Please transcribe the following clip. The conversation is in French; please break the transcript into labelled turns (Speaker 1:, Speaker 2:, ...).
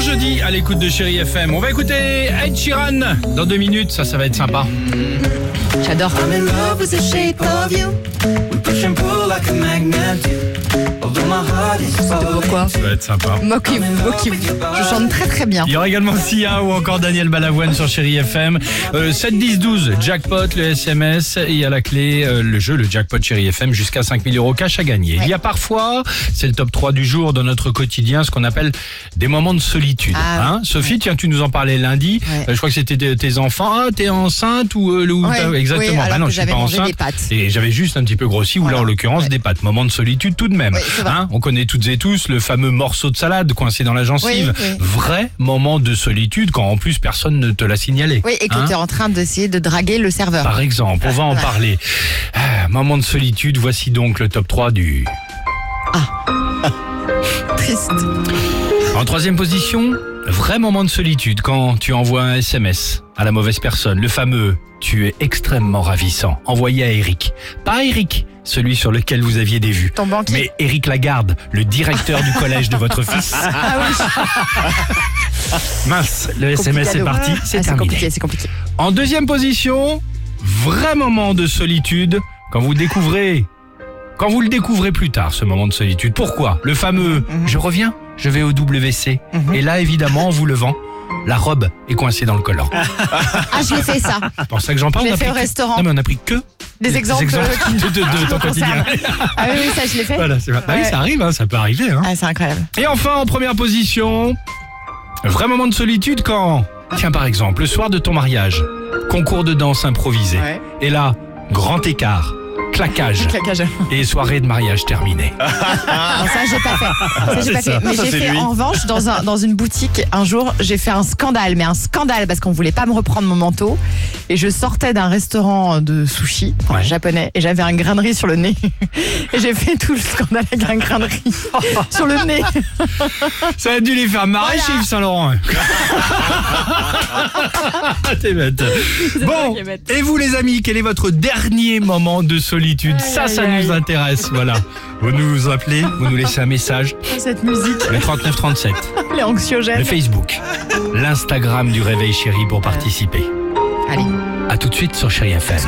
Speaker 1: jeudi à l'écoute de Chéri FM. On va écouter Ed Sheeran dans deux minutes, ça, ça va être sympa.
Speaker 2: J'adore.
Speaker 3: I'm in love with the shape of you. We push and pull like a magnet do. Although my heart is falling.
Speaker 2: Pourquoi
Speaker 1: Ça va être sympa.
Speaker 2: Moquez-vous, moquez-vous. Je chante très très bien.
Speaker 1: Il y aura également Sia ou encore Daniel Balavoine sur Chéri FM. Euh, 7 10 12 jackpot le SMS et à la clé euh, le jeu le jackpot Chéri FM jusqu'à 5000 euros cash à gagner. Il y a parfois c'est le top 3 du jour dans notre quotidien ce qu'on appelle des moments de solitude.
Speaker 2: Ah,
Speaker 1: hein. Sophie tiens tu nous en parlais lundi.
Speaker 2: Ouais.
Speaker 1: Euh, je crois que c'était tes, tes enfants. Ah t'es enceinte ou euh, le ou-
Speaker 2: Ouais,
Speaker 1: ah,
Speaker 2: oui,
Speaker 1: exactement.
Speaker 2: alors
Speaker 1: non
Speaker 2: que
Speaker 1: je suis
Speaker 2: j'avais
Speaker 1: pas
Speaker 2: mangé des
Speaker 1: enceinte.
Speaker 2: pâtes.
Speaker 1: Et j'avais juste un petit peu grossi ou là en
Speaker 2: Voilà.
Speaker 1: l'occurrence
Speaker 2: Ouais.
Speaker 1: des pâtes. Moment de solitude tout de même.
Speaker 2: Oui, c'est vrai.
Speaker 1: Hein, on connaît toutes et tous le fameux morceau de salade coincé dans la gencive.
Speaker 2: Oui, oui.
Speaker 1: Vrai moment de solitude quand en plus personne ne te l'a signalé.
Speaker 2: Oui, et que
Speaker 1: Hein
Speaker 2: t'es en train d'essayer de draguer le serveur.
Speaker 1: Par exemple, on va en parler. Ah, moment de solitude, voici donc le top 3 du... Ah.
Speaker 2: Triste.
Speaker 1: En troisième position, vrai moment de solitude quand tu envoies un SMS à la mauvaise personne, le fameux tu es extrêmement ravissant, envoyé à Eric. Pas Eric, celui sur lequel vous aviez des vues.
Speaker 2: Ton banquier.
Speaker 1: Mais Eric Lagarde, le directeur du collège de votre fils.
Speaker 2: Ah
Speaker 1: Mince, le SMS est
Speaker 2: Complicado.
Speaker 1: parti, c'est
Speaker 2: Ah, c'est
Speaker 1: terminé.
Speaker 2: compliqué, c'est compliqué.
Speaker 1: En deuxième position, vrai moment de solitude quand vous découvrez, quand vous le découvrez plus tard, ce moment de solitude. Pourquoi Le fameux
Speaker 2: Mhm.
Speaker 1: "Je reviens, je vais au WC" et là évidemment en vous levant, la robe est coincée dans le collant.
Speaker 2: Ah, je l'ai fait ça.
Speaker 1: C'est pour ça que j'en parle.
Speaker 2: Je l'ai
Speaker 1: on a
Speaker 2: fait
Speaker 1: pris
Speaker 2: au
Speaker 1: que-
Speaker 2: restaurant.
Speaker 1: Non mais on a pris que
Speaker 2: Des exemples. euh,
Speaker 1: exemples de, de- de ton quotidien.
Speaker 2: Ah oui, oui, ça, je l'ai fait.
Speaker 1: Voilà, c'est vrai. Bah oui,
Speaker 2: Ouais.
Speaker 1: ça arrive, hein, ça peut arriver. hein.
Speaker 2: Ah, c'est incroyable.
Speaker 1: Et enfin, en première position, vrai moment de solitude quand, tiens par exemple, le soir de ton mariage, concours de danse improvisé.
Speaker 2: Ouais.
Speaker 1: Et là, grand écart, claquage
Speaker 2: Claquage.
Speaker 1: et soirée de mariage terminée.
Speaker 2: Ah, ça, j'ai pas fait. Ça, j'ai
Speaker 1: C'est
Speaker 2: pas
Speaker 1: ça.
Speaker 2: fait. Mais
Speaker 4: Ça,
Speaker 2: j'ai
Speaker 4: c'est
Speaker 2: fait,
Speaker 4: lui.
Speaker 2: en revanche, dans, un, dans une boutique, un jour, j'ai fait un scandale, mais un scandale parce qu'on voulait pas me reprendre mon manteau. Et je sortais d'un restaurant de sushi
Speaker 1: Ouais.
Speaker 2: japonais et j'avais un grain de riz sur le nez. Et j'ai fait tout le scandale avec un grain de riz sur le nez.
Speaker 1: Ça a dû les faire marrer chez Yves Saint-Laurent. hein. T'es bête. Bon,
Speaker 2: qui est bête.
Speaker 1: et vous les amis, quel est votre dernier moment de solitude Ça,
Speaker 2: Aïe,
Speaker 1: ça
Speaker 2: aïe,
Speaker 1: nous intéresse, voilà. Vous nous appelez, vous nous laissez un message,
Speaker 2: Cette musique,
Speaker 1: le 3937,
Speaker 2: elle est
Speaker 1: le
Speaker 2: anxiogène.
Speaker 1: Facebook, l'Instagram du Réveil Chéri pour participer.
Speaker 2: Allez.
Speaker 1: À tout de suite sur Chéri FM.